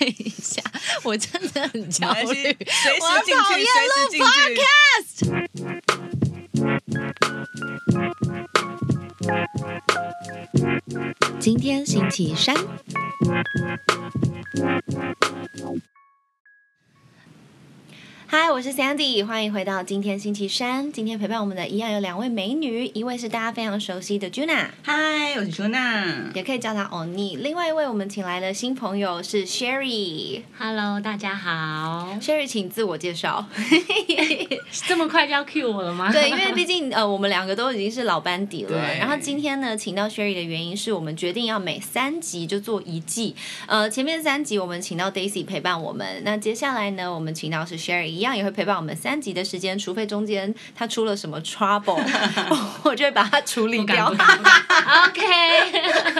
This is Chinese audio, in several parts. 一下，我真的很焦没关系虑，随我时进讨去，厌随时录进去。 podcast。今天星期三。嗨，我是 Sandy，欢迎回到今天星期三。今天陪伴我们的一样有两位美女，一位是大家非常熟悉的 Juna，嗨，我是朱娜。也可以叫她欧尼。另外一位我们请来的新朋友是 Sherry。 Hello，大家好， Sherry，请自我介 绍。这么快就要 cue 我了吗？对，因为毕竟呃，我们两个都已经是老班底了。对然后今天呢，请到 Sherry 的原因是我们决定要每三集就做一季。呃，前面三集我们请到 Daisy 陪伴我们，那接下来呢，我们请到是 Sherry，一样也会陪伴我们三集的时间，除非中间他出了什么 trouble，我就会把它处理不敢掉不。敢不敢 OK，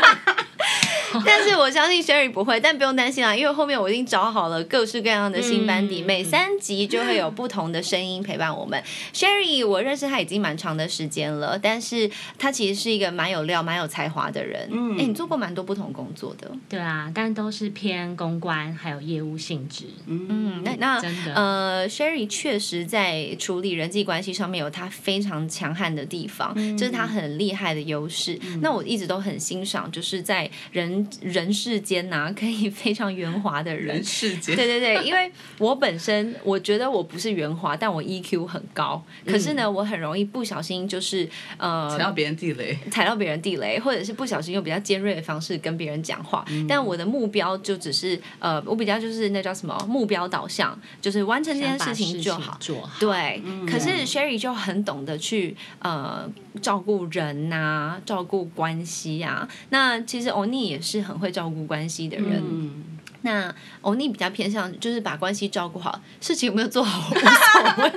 但是我相信 Sherry 不会，但不用担心啊啦，因为后面我已经找好了各式各样的新班底，嗯每三集就会有不同的声音陪伴我们。Sherry，我认识他已经蛮长的时间了，但是他其实是一个蛮有料、蛮有才华的人。嗯，哎、你做过蛮多不同工作的。对啊，但都是偏公关还有业务性质，嗯，那那真的呃，Sherry 确实在处理人际关系上面有她非常强悍的地方，这是她很厉害的优势。那我一直都很欣赏，就是在人人世间呐、可以非常圆滑的人人。嗯世间，对对对，因为我本身我觉得我不是圆滑，但我 EQ 很高。可是呢，我很容易不小心就是呃嗯踩到别人地 雷，踩到别人地雷，或者是不小心用比较尖锐的方式跟别人讲话。嗯但我的目标就只是呃，我比较就是那叫什么目标导向，就是完成这件事情就好。做好。对，可是 Sherry 就很懂得去呃照顾人呐、照顾关系啊。那其实欧尼也是很会照顾关系的人。嗯，那欧尼比较偏向就是把关系照顾好，事情有没有做好无所谓。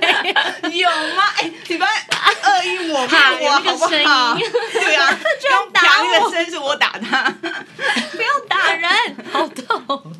有吗？哎，你不要恶意我骂怕我有那个好不声好？音对 啊，用打强的我声是我打 他。不要打人，好痛。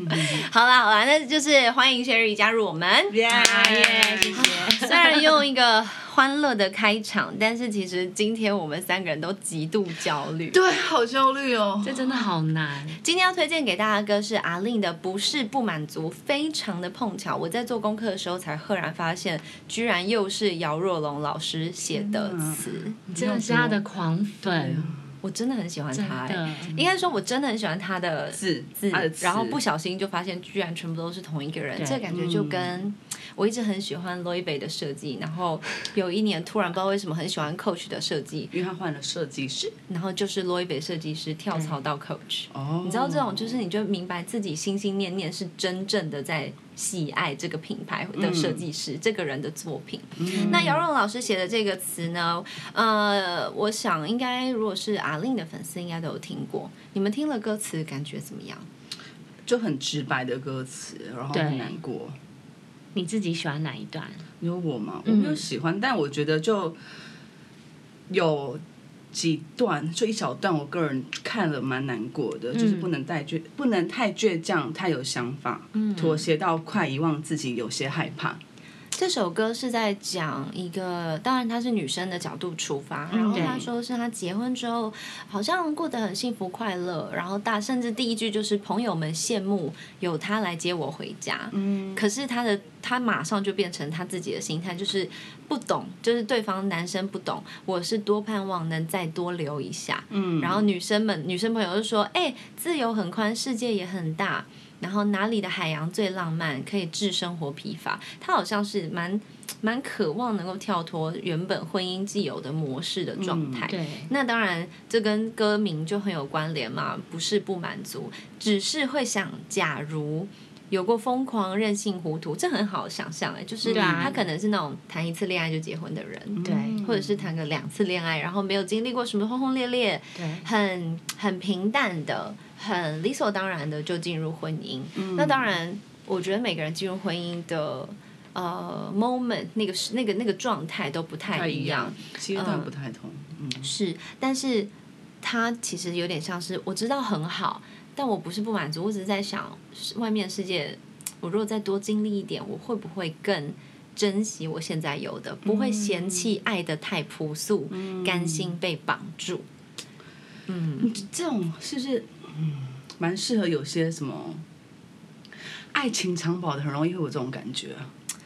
好啦好啦，那就是欢迎 Sherry 加入我们。耶啊耶谢谢。虽然用一个欢乐的开场，但是其实今天我们三个人都极度焦虑。对，好焦虑哦。这真的好难，今天要推荐给大家的歌是阿令的《不是不满足》，非常的碰巧，我在做功课的时候才赫然发现，居然又是姚若龙老师写的词。嗯真的是啊他的狂粉，我真的很喜欢真他、欸的，应该说我真的很喜欢他的呃字字他的，字然后不小心就发现居然全部都是同一个人，对这感觉就跟、我一直很喜欢 l o i b 的设计，然后有一年突然不知道为什么很喜欢 Coach 的设计，因为他换了设计师。然后就是 l o i b 设计师跳槽到 Coach。哦，你知道这种就是你就明白自己心心念念是真正的在喜爱这个品牌的设计师、这个人的作品。那姚若老师写的这个词呢，呃，我想应该如果是阿令的粉丝应该都有听过。你们听了歌词感觉怎么样？就很直白的歌词，然后对很难过。你自己喜欢哪一段？有我吗？嗯我没有喜欢，但我觉得就有几段，就一小段，我个人看了蛮难过的，嗯就是不能太倔，不能太倔强，太有想法，嗯妥协到快遗忘自己，有些害怕。这首歌是在讲一个，当然她是女生的角度出发，然后她说是她结婚之后好像过得很幸福快乐，然后大甚至第一句就是朋友们羡慕有她来接我回家，嗯，可是她的她马上就变成她自己的心态，就是不懂，就是对方男生不懂，我是多盼望能再多留一下，嗯，然后女生们女生朋友就说，哎、自由很宽，世界也很大，然后哪里的海洋最浪漫，可以治生活疲乏。他好像是蛮蛮渴望能够跳脱原本婚姻既有的模式的状态。对，那当然，这跟歌名就很有关联嘛，不是不满足，只是会想，假如有过疯狂、任性、糊涂，这很好想象哎、就是对啊他可能是那种谈一次恋爱就结婚的人，嗯对或者是谈个两次恋爱，然后没有经历过什么轰轰烈烈，对，很很平淡的、很理所当然的就进入婚姻。那当然，我觉得每个人进入婚姻的呃 moment 那个是那个那个状态都不太太一样，，阶段不太同。嗯，是，但是它其实有点像是我知道很好，但我不是不满足，我只是在想外面世界，我如果再多经历一点，我会不会更。珍惜我现在有的，不会嗯嫌弃爱的太朴素，甘心被绑住。这种是不是嗯，蛮适合有些什么爱情长跑的很容易会有这种感觉啊。嗯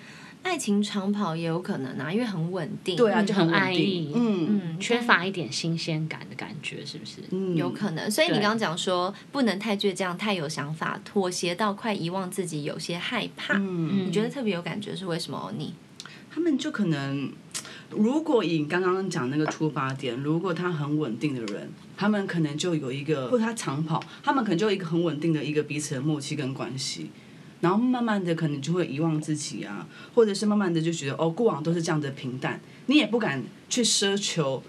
爱情长跑也有可能啊，因为很稳定。对啊，嗯就很稳安定逸。嗯嗯，缺乏一点新鲜感的感觉，是不是？嗯，有可能。所以你对刚刚讲说，不能太倔强、太有想法，妥协到快遗忘自己，有些害怕。嗯，嗯你觉得特别有感觉是为什么？你他们就可能，如果以刚刚讲那个出发点，如果他很稳定的人，他们可能就有一个，或者他长跑，他们可能就有一个很稳定的一个彼此的默契跟关系。然后慢慢的可能就会遗忘自己啊，或者是慢慢的就觉得哦，过往都是这样的平淡，你也不敢去奢求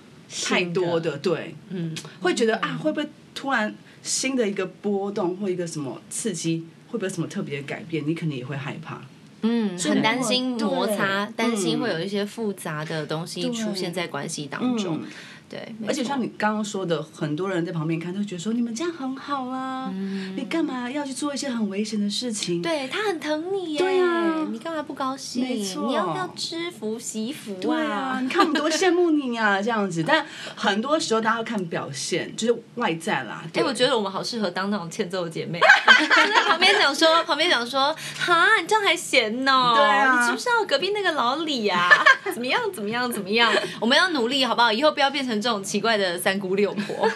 太多的，对，嗯，会觉得啊，会不会突然新的一个波动或一个什么刺激，会不会有什么特别的改变？你肯定也会害怕。嗯，是很担心对摩擦，嗯担心会有一些复杂的东西出现在关系当中。嗯对，而且像你你刚刚说的，很多人在旁边看都觉得说你们这样很好啊，嗯你干嘛要去做一些很危险的事情？，对他很疼你耶，对啊你干嘛不高兴？没错你要不要知福惜福对啊，你看我们多羡慕你啊，这样子。但很多时候大家要看表现，就是外在啦。哎、对，我觉得我们好适合当那种欠揍姐 妹，就在旁边讲说，旁边讲说，哈，你这样还嫌哦？对啊你知不知道隔壁那个老李 呀、啊？怎么样？怎么样？怎么样？我们要努力，好不好？以后不要变成这种奇怪的三姑六 婆。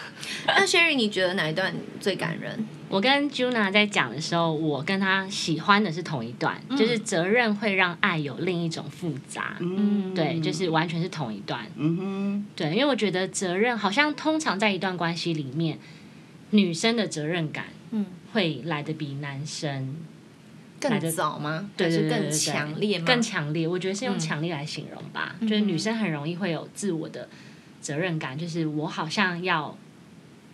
那 Sherry，你觉得哪一段最感人？我跟 Juna 在讲的时候，我跟她喜欢的是同一段，就是责任会让爱有另一种复杂。嗯对，就是完全是同一段。嗯哼，对，因为我觉得责任好像通常在一段关系里面，女生的责任感嗯，会来的比男生更来得早吗？对对对还是对更对强烈吗？更强烈。我觉得是用嗯强烈来形容吧，就是女生很容易会有自我的责任感，就是我好像要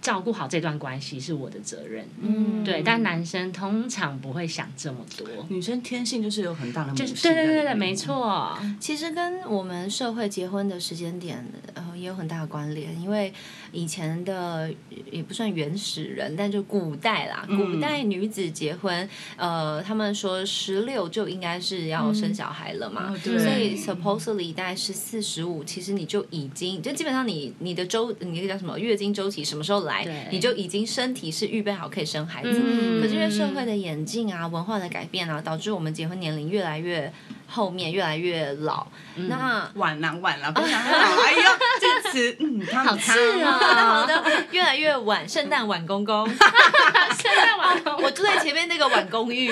照顾好这段关系是我的责任。嗯对，但男生通常不会想这么多。女生天性就是有很大的母就是性对在对里对对，面 没。错，其实跟我们社会结婚的时间点，呃，也有很大的关联。因为以前的呃也不算原始人，但就古代啦，古代女子结婚，呃，他们说十六就应该是要生小孩了嘛，哦对所以 supposedly 大概是四十五，其实你就已经就基本上你你的周你那个叫什么月经周期什么时候来对，你就已经身体是预备好可以生孩子。嗯可是因为社会的演进啊、文化的改变啊，导致我们结婚年龄越来越后面，越来越老。那 晚啦晚啦， 不想老，哎呦，这词，嗯，他好是啊，越来越晚，圣诞晚公公，现在晚了，我住在前面那个晚公寓，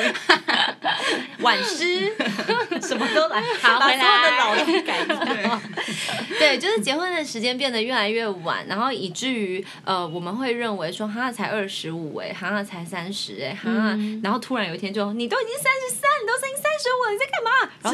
晚师，什么都来，好把回所有的来老都改掉。对，就是结婚的时间变得越来越晚，然后以至于呃，我们会认为说，哈才二十五哎，哈才三十哎，哈，然后突然有一天就，你都已经三十三，你都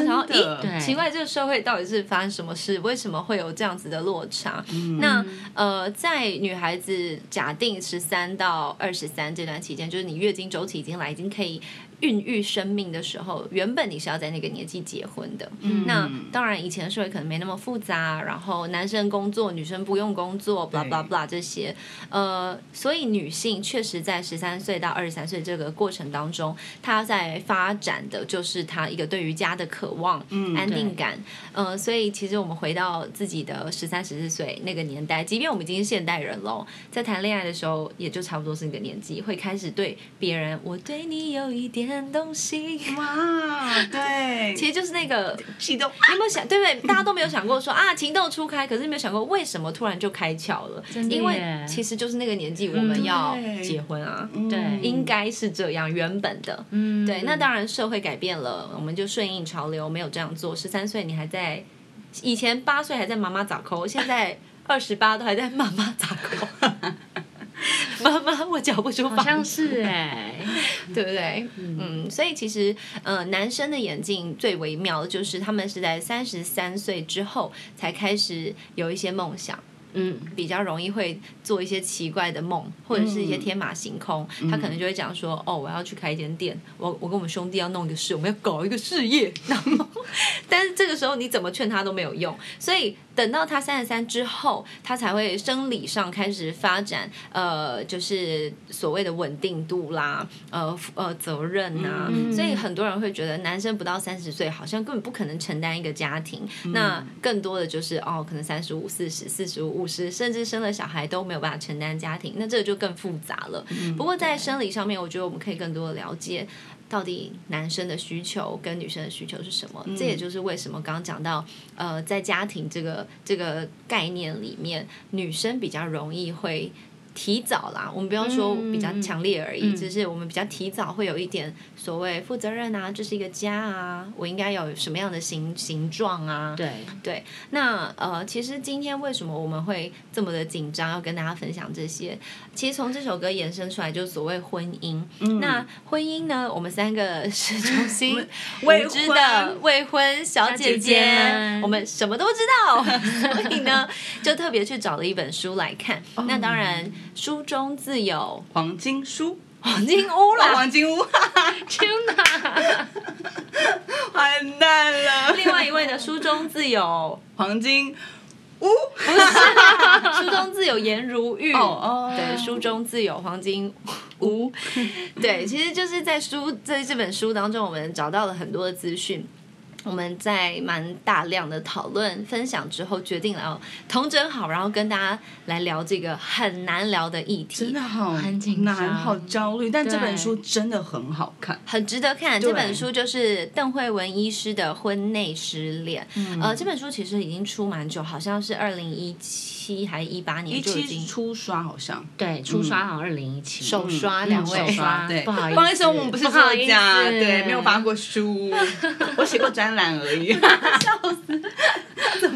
已经三十五了，你在干嘛？然后想真到，咦，的对奇怪，这个社会到底是发生什么事？为什么会有这样子的落差？嗯那呃，在女孩子假定十三到二十三这段期间，就是你月经周期已经来，已经可以孕育生命的时候，原本你是要在那个年纪结婚的。嗯那当然，以前的社会可能没那么复杂，然后男生工作，女生不用工作，blah blah blah 这些。呃，所以女性确实在十三岁到二十三岁这个过程当中，她在发展的就是她一个对于家的渴望、安定感。呃，所以其实我们回到自己的十三、十四岁那个年代，即便我们已经是现代人喽，在谈恋爱的时候，也就差不多是那个年纪，会开始对别人，我对你有一点动心。哇，对，其实就是那个，你激动，有没有想？对不对？大家都没有想过说啊，情窦初开，可是没有想过为什么突然就开窍了？的因为耶嗯其实就是那个年纪，我们要对结婚啊。对应该是这样，原本的，嗯，对。那当然，社会改变了，我们就顺应潮流，没有这样做。十三岁你还在，以前八岁还在妈妈早抠，现在二十八都还在妈妈早抠。 妈妈，我脚不舒服，好像是哎，对不对？嗯，所以其实呃，男生的眼镜最微妙的就是他们是在三十三岁之后才开始有一些梦想。嗯，比较容易会做一些奇怪的梦，或者是一些天马行空。他可能就会讲说：“哦，我要去开一间店，我我跟我们兄弟要弄一个事，我们要搞一个事业。”然后， 但是这个时候你怎么劝他都没有用。所以等到他三十三之后，他才会生理上开始发展，呃，就是所谓的稳定度啦，呃负呃责任呐、所以很多人会觉得男生不到三十岁好像根本不可能承担一个家庭，那更多的就是哦，可能三十五、四十、四十五、五十，甚至生了小孩都没有办法承担家庭，那这个就更复杂了。不过在生理上面，我觉得我们可以更多的了解。到底男生的需求跟女生的需求是什么？这也就是为什么刚刚讲到，呃，在家庭这个这个概念里面，女生比较容易会。提早啦，我们不要说比较强烈而已，嗯嗯只是我们比较提早会有一点所谓负责任啊，这是一个家啊，我应该有什么样的形形状啊，对，那呃，其实今天为什么我们会这么的紧张，要跟大家分享这些？其实从这首歌延伸出来，就是所谓婚姻。那婚姻呢，我们三个是中心未无知婚的未婚小姐小姐姐们我们什么都不知道， 所以呢，就特别去找了一本书来看。那当然，书中自有黄金书，黄金屋啦，黄金屋天哪！完蛋了，另外一位呢，书中自有黄金不是啦， 书中自有颜如玉。哦哦，对，书中自有黄金 屋。对，其实就是在书在这本书当中，我们找到了很多的资讯。我们在蛮大量的讨论分享之后，决定了要同整好，然后跟大家来聊这个很难聊的议真题，的好很紧张难，好焦虑。但这对本书真的很好看，很值得看。这本对书就是邓慧文医师的《婚内失恋》。嗯呃，这本书其实已经出蛮久，好像是二零一七还一八年一就已期经初刷好像。对，初刷好像二零一七，嗯首刷嗯两手位。刷对，不好意思意思，我们不是不好作意思家，对，没有发过 书，我写过专栏而已。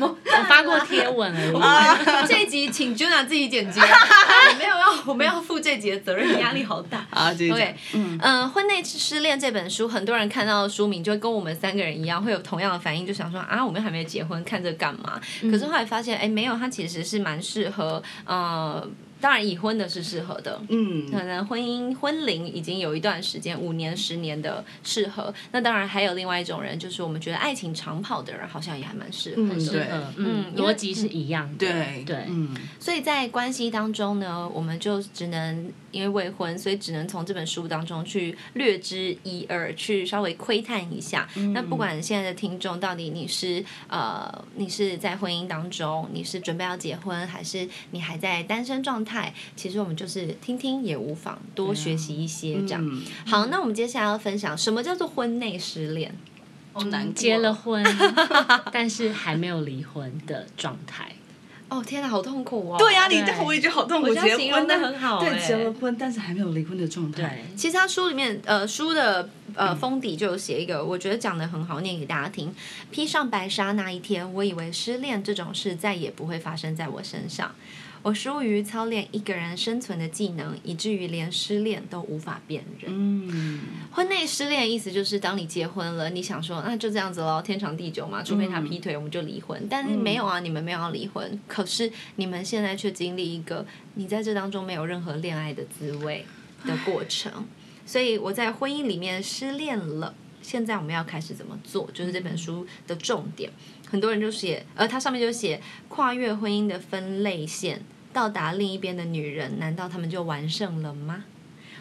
我发过贴文而已。哦 这一集请 Juna 自己剪 辑，我没有要，我们要负这集的责任，压力好大。啊，就是 OK，嗯、婚内失恋》这本书，很多人看到书名就跟我们三个人一样，会有同样的反应，就想说啊，我们还没结婚，看这干嘛？嗯可是后来发现，哎，没有，它其实是蛮适合，呃，当然已婚的是适合的，可嗯，能婚姻婚龄已经有一段时间，五年、十年的适合。那当然还有另外一种人，就是我们觉得爱情长跑的人，好像也还蛮适合。嗯，是对，的，嗯，嗯因为逻辑是一样的。对，对，嗯，所以在关系当中呢，我们就只能因为未婚，所以只能从这本书当中去略知一二，去稍微窥探一下。那不管现在的听众到底你是呃，你是在婚姻当中，你是准备要结婚，还是你还在单身状态，其实我们就是听听也无妨，多学习一些这样。嗯好，那我们接下来要分享什么叫做婚内失恋？好难过结 了，婚，但是还没有离婚的状态。哦天哪，好痛苦哦！对呀，你对这我也觉得好痛苦，我觉得结形婚容得但很好对，欸结了婚但是还没有离婚的状态对，，其实他书里面，呃，书的呃封底就有写一个，我觉得讲的很好，念给大家听。披上白纱那一天，我以为失恋这种事再也不会发生在我身上。我疏于操练一个人生存的技能，以至于连失恋都无法辨认。嗯，婚内失恋的意思就是，当你结婚了，你想说那啊就这样子咯，天长地久嘛，除非他劈腿，我们就离婚。但是没有啊，你们没有要离婚，可是你们现在却经历一个你在这当中没有任何恋爱的滋味的过程。所以我在婚姻里面失恋了，现在我们要开始怎么做？就是这本书的重点。很多人就写，呃，它上面就写跨越婚姻的分类线，到达另一边的女人，难道他们就完胜了吗？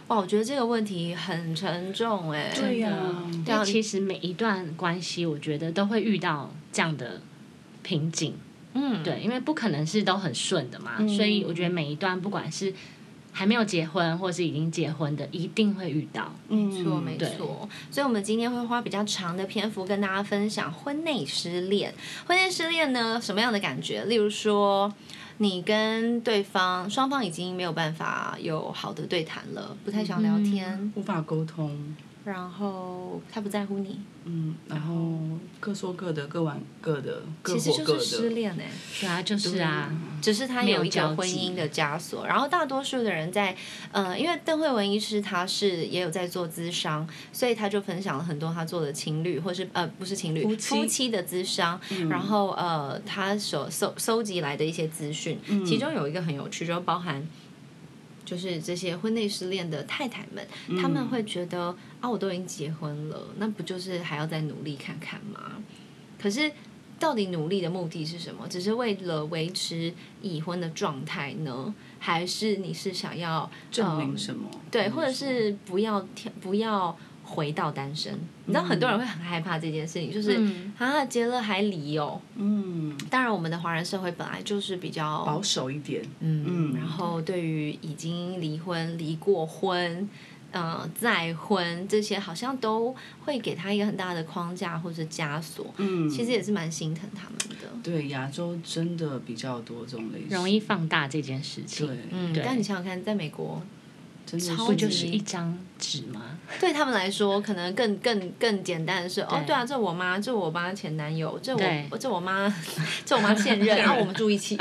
哇，我觉得这个问题很沉重哎、对呀嗯，对啊但其实每一段关系，我觉得都会遇到这样的瓶颈。嗯，对，因为不可能是都很顺的嘛，所以我觉得每一段不管是还没有结婚，或是已经结婚的，一定会遇到。没没错，没嗯对错。所以，我们今天会花比较长的篇幅跟大家分享婚内失恋。婚内失恋呢，什么样的感觉？例如说，你跟对方双方已经没有办法有好的对谈了，不太想聊天，无法沟通，然后他不在乎你，嗯，然后各说各的，各玩各的，各其实活各就是失的，恋哎、对啊，就是啊，嗯只是他没有有一交个婚集姻的枷锁。然后大多数的人在，呃，因为邓慧文医师他是也有在做咨商，所以他就分享了很多他做的情侣或是呃不是情侣夫妻嗯的咨商，然后呃他所搜搜集来的一些资讯，嗯其中有一个很有趣，就包含。就是这些婚内失恋的太太们，嗯他们会觉得啊，我都已经结婚了，那不就是还要再努力看看吗？可是到底努力的目的是什么？只是为了维持已婚的状态呢，还是你是想要证明嗯什么？对，或者是不要跳不要回到单嗯身？你知道很多人会很害怕这件事情，就是、嗯啊结了还离哦。嗯，当然，我们的华人社会本来就是比较保守一点，嗯，嗯然后对于已经离婚、离过婚呃再婚这些，好像都会给他一个很大的框架或者枷锁。嗯，其实也是蛮心疼他们的。对亚洲真的比较多这种类型，容易放大这件事情。对，嗯，对但你想想看，在美国真的超不级就是一张纸吗？对他们来说，可能更更更简单的是，哦，对啊，这我妈，这我妈前男友，这对我这我妈，这我妈现任，然后我们住一起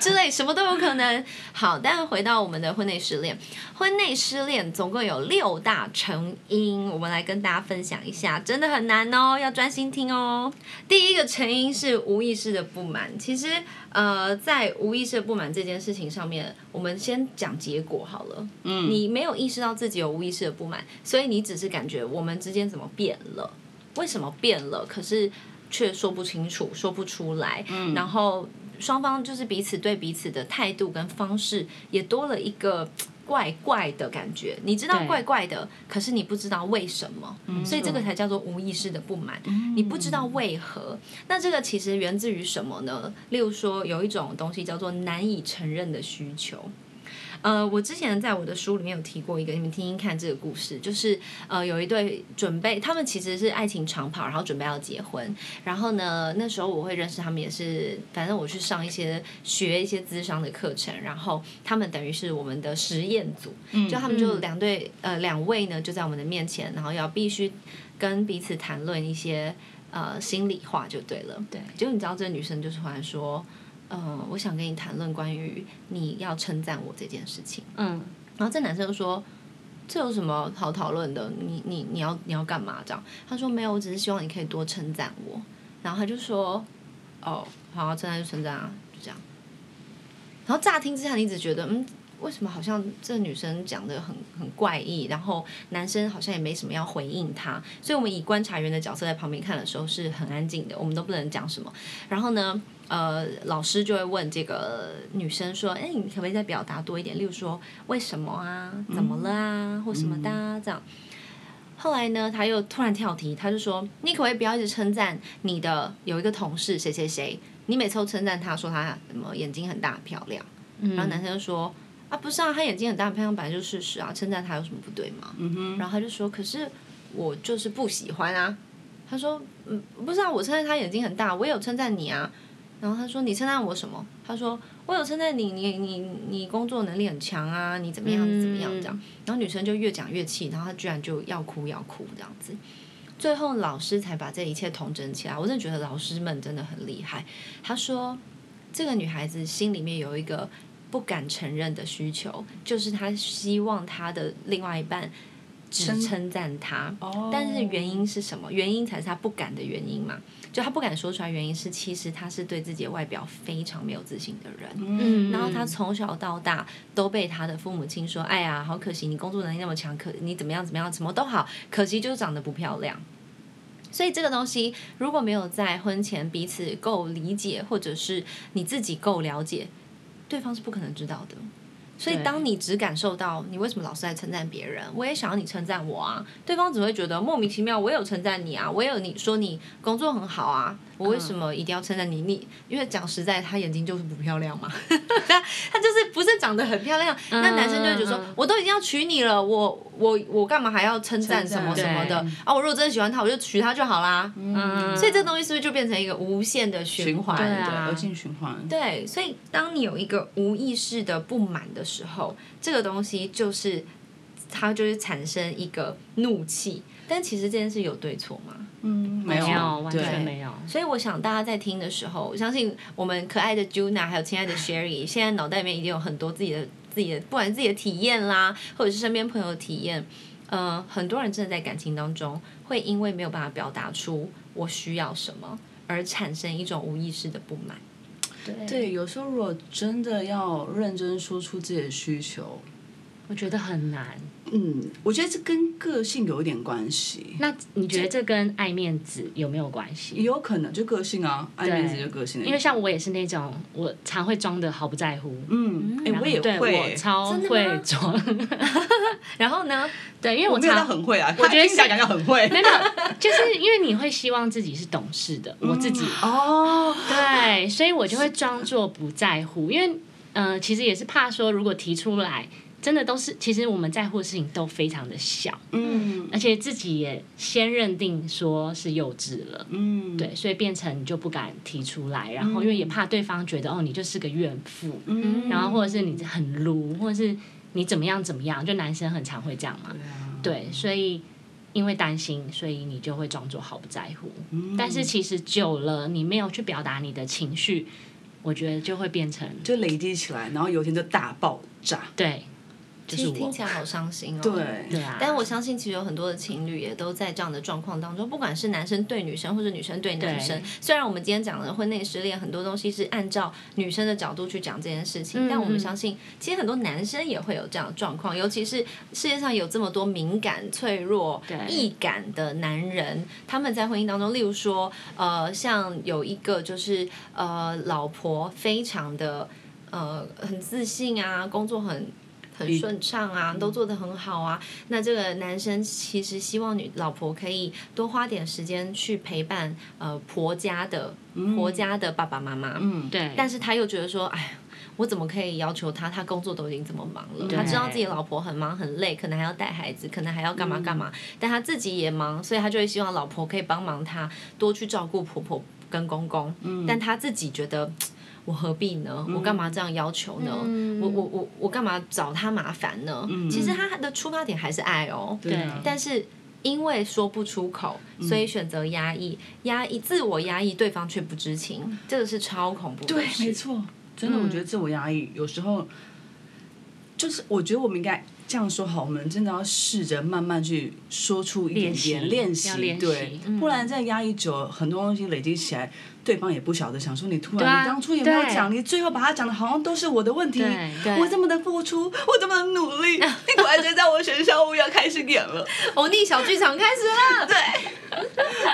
之类，什么都有可能。好，但回到我们的婚内失恋，婚内失恋总共有六大成因，我们来跟大家分享一下，真的很难哦，要专心听哦。第一个成因是无意识的不满，其实呃，在无意识的不满这件事情上面，我们先讲结果好了。你没有意识到自己有无意识的不满，所以你只是感觉我们之间怎么变了，为什么变了，可是却说不清楚，说不出来，然后双方就是彼此对彼此的态度跟方式也多了一个。怪怪的感觉，你知道对怪怪的，可是你不知道为什么，所以这个才叫做无意识的不满。你不知道为何，那这个其实源自于什么呢？例如说，有一种东西叫做难以承认的需求。呃，我之前在我的书里面有提过一个，你们听听看这个故事，就是呃，有一对准备，他们其实是爱情长跑，然后准备要结婚，然后呢，那时候我会认识他们，也是反正我去上一些学一些咨商的课程，然后他们等于是我们的实验组，就他们就两对呃两位呢就在我们的面前，然后要必须跟彼此谈论一些呃心里话就对了，对结果你知道这个女生就是忽然说。嗯，我想跟你谈论关于你要称赞我这件事情。嗯，然后这男生就说：“这有什么好讨论的？你你你要你要干嘛？”这样他说：“没有，我只是希望你可以多称赞我。”然后他就说：“哦，好啊，称赞就称赞啊，就这样。”然后乍听之下，你只觉得嗯。为什么好像这女生讲的很很怪异，然后男生好像也没什么要回应她，所以我们以观察员的角色在旁边看的时候是很安静的，我们都不能讲什么。然后呢，呃，老师就会问这个女生说：“哎，你可不可以再表达多一点？例如说，为什么啊？怎么了啊？或什么的、啊、这样。”后来呢，他又突然跳题，他就说：“你可不可以不要一直称赞你的有一个同事谁谁谁？你每次都称赞他说他什么眼睛很大很漂亮。”然后男生就说：“啊，不是啊，他眼睛很大很漂亮本来就是事实啊，称赞他有什么不对吗？”嗯然后他就说：“可是我就是不喜欢啊。”他说：“嗯，不是啊，我称赞他眼睛很大，我也有称赞你啊。”然后他说：“你称赞我什么？”他说：“我有称赞你，你你你工作能力很强啊，你怎么样，你怎么样这样。”然后女生就越讲越气，然后她居然就要哭要哭这样子。最后老师才把这一切统整起来，我真的觉得老师们真的很厉害。他说，这个女孩子心里面有一个不敢承认的需求，就是她希望她的另外一半只称嗯称赞她。哦但是原因是什么？原因才是他不敢的原因嘛。就他不敢说出来，原因是其实他是对自己的外表非常没有自信的人。嗯然后他从小到大都被他的父母亲说：“哎呀，好可惜，你工作能力那么强，可你怎么样怎么样，什么都好，可惜就是长得不漂亮。”所以这个东西如果没有在婚前彼此够理解，或者是你自己够了解，对方是不可能知道的。所以对当你只感受到你为什么老是在称赞别人，我也想要你称赞我啊，对方只会觉得莫名其妙，我也有称赞你啊，我也有你说你工作很好啊，我为什么一定要称赞你？你因为讲实在，她眼睛就是不漂亮嘛， 她她就是不是长得很漂亮，那男生就会觉得说嗯嗯嗯，我都已经要娶你了，我我我干嘛还要称赞称什赞么什么的对啊？我如果真的喜欢他，我就娶她就好啦。嗯所以这东西是不是就变成一个无限的循环？对对啊恶性循环，对，所以当你有一个无意识的不满的时候，这个东西就是它就是产生一个怒气。但其实这件事有对错吗？嗯，没没有，完全对，没有。所以我想大家在听的时候，我相信我们可爱的 Juna 还有亲爱的 Sherry，现在脑袋里面已经有很多自己的自己的，不管是自己的体验啦，或者是身边朋友的体验。呃，很多人真的在感情当中会因为没有办法表达出我需要什么，而产生一种无意识的不满。对，有时候如果真的要认真说出自己的需求，我觉得很难。嗯，我觉得这跟个性有一点关系，那你觉得这跟爱面子有没有关系也？嗯有可能就个性啊，爱面子就个性的一部因为分，像我也是那种，我常会装的毫不在乎。嗯，哎、我也对会我，超会装， 然后呢，对，因为我没有到常很会啊，我觉得他听起来讲讲很会，没有，就是因为你会希望自己是懂事的，我自己哦，对，所以我就会装作不在乎，因为呃，其实也是怕说如果提出来，真的都是，其实我们在乎的事情都非常的小，嗯而且自己也先认定说是幼稚了，嗯，对，所以变成你就不敢提出来，然后因为也怕对方觉得哦你就是个怨妇，嗯，然后或者是你很撸，或者是你怎么样怎么样，就男生很常会这样嘛，对啊，对，所以因为担心，所以你就会装作毫不在乎，嗯但是其实久了，你没有去表达你的情绪，我觉得就会变成就累积起来，然后有一天就大爆炸。对，就其是实听我，起来好伤心哦。对，对啊，但我相信，其实有很多的情侣也都在这样的状况当中，不管是男生对女生，或者女生对男生对。虽然我们今天讲的婚内失恋，很多东西是按照女生的角度去讲这件事情，嗯但我们嗯相信，其实很多男生也会有这样的状况，尤其是世界上有这么多敏感、脆弱对、易感的男人，他们在婚姻当中，例如说，呃，像有一个就是呃，老婆非常的呃很自信啊，工作很很顺畅啊，都做得很好啊。那这个男生其实希望女老婆可以多花点时间去陪伴呃婆家的婆家的爸爸妈妈，嗯，对，但是他又觉得说，哎呀。我怎么可以要求他？他工作都已经这么忙了，对他知道自己老婆很忙很累，可能还要带孩子，可能还要干嘛干嘛，但他自己也忙，所以他就会希望老婆可以帮忙他多去照顾婆婆跟公公。但他自己觉得，嘖我何必呢？我干嘛这样要求呢？我我我我干嘛找他麻烦呢？其实他的出发点还是爱哦，对啊，但是因为说不出口，嗯所以选择压抑，压抑自我压抑，对方却不知情，这个是超恐怖的嗯对，事没，错，真的，嗯我觉得自我压抑有时候就是，我觉得我们应该这样说好，我们真的要试着慢慢去说出一点练习点练要习，练对习，嗯不然再压抑久了，很多东西累积起来，对方也不晓得，想说你突对啊然你当初也没有对讲，你最后把它讲的好像都是我的问题对，对我这么的付出，我这么的努 力，你果然就在我身上，我要开始演了。欧尼哦小剧场开始了，对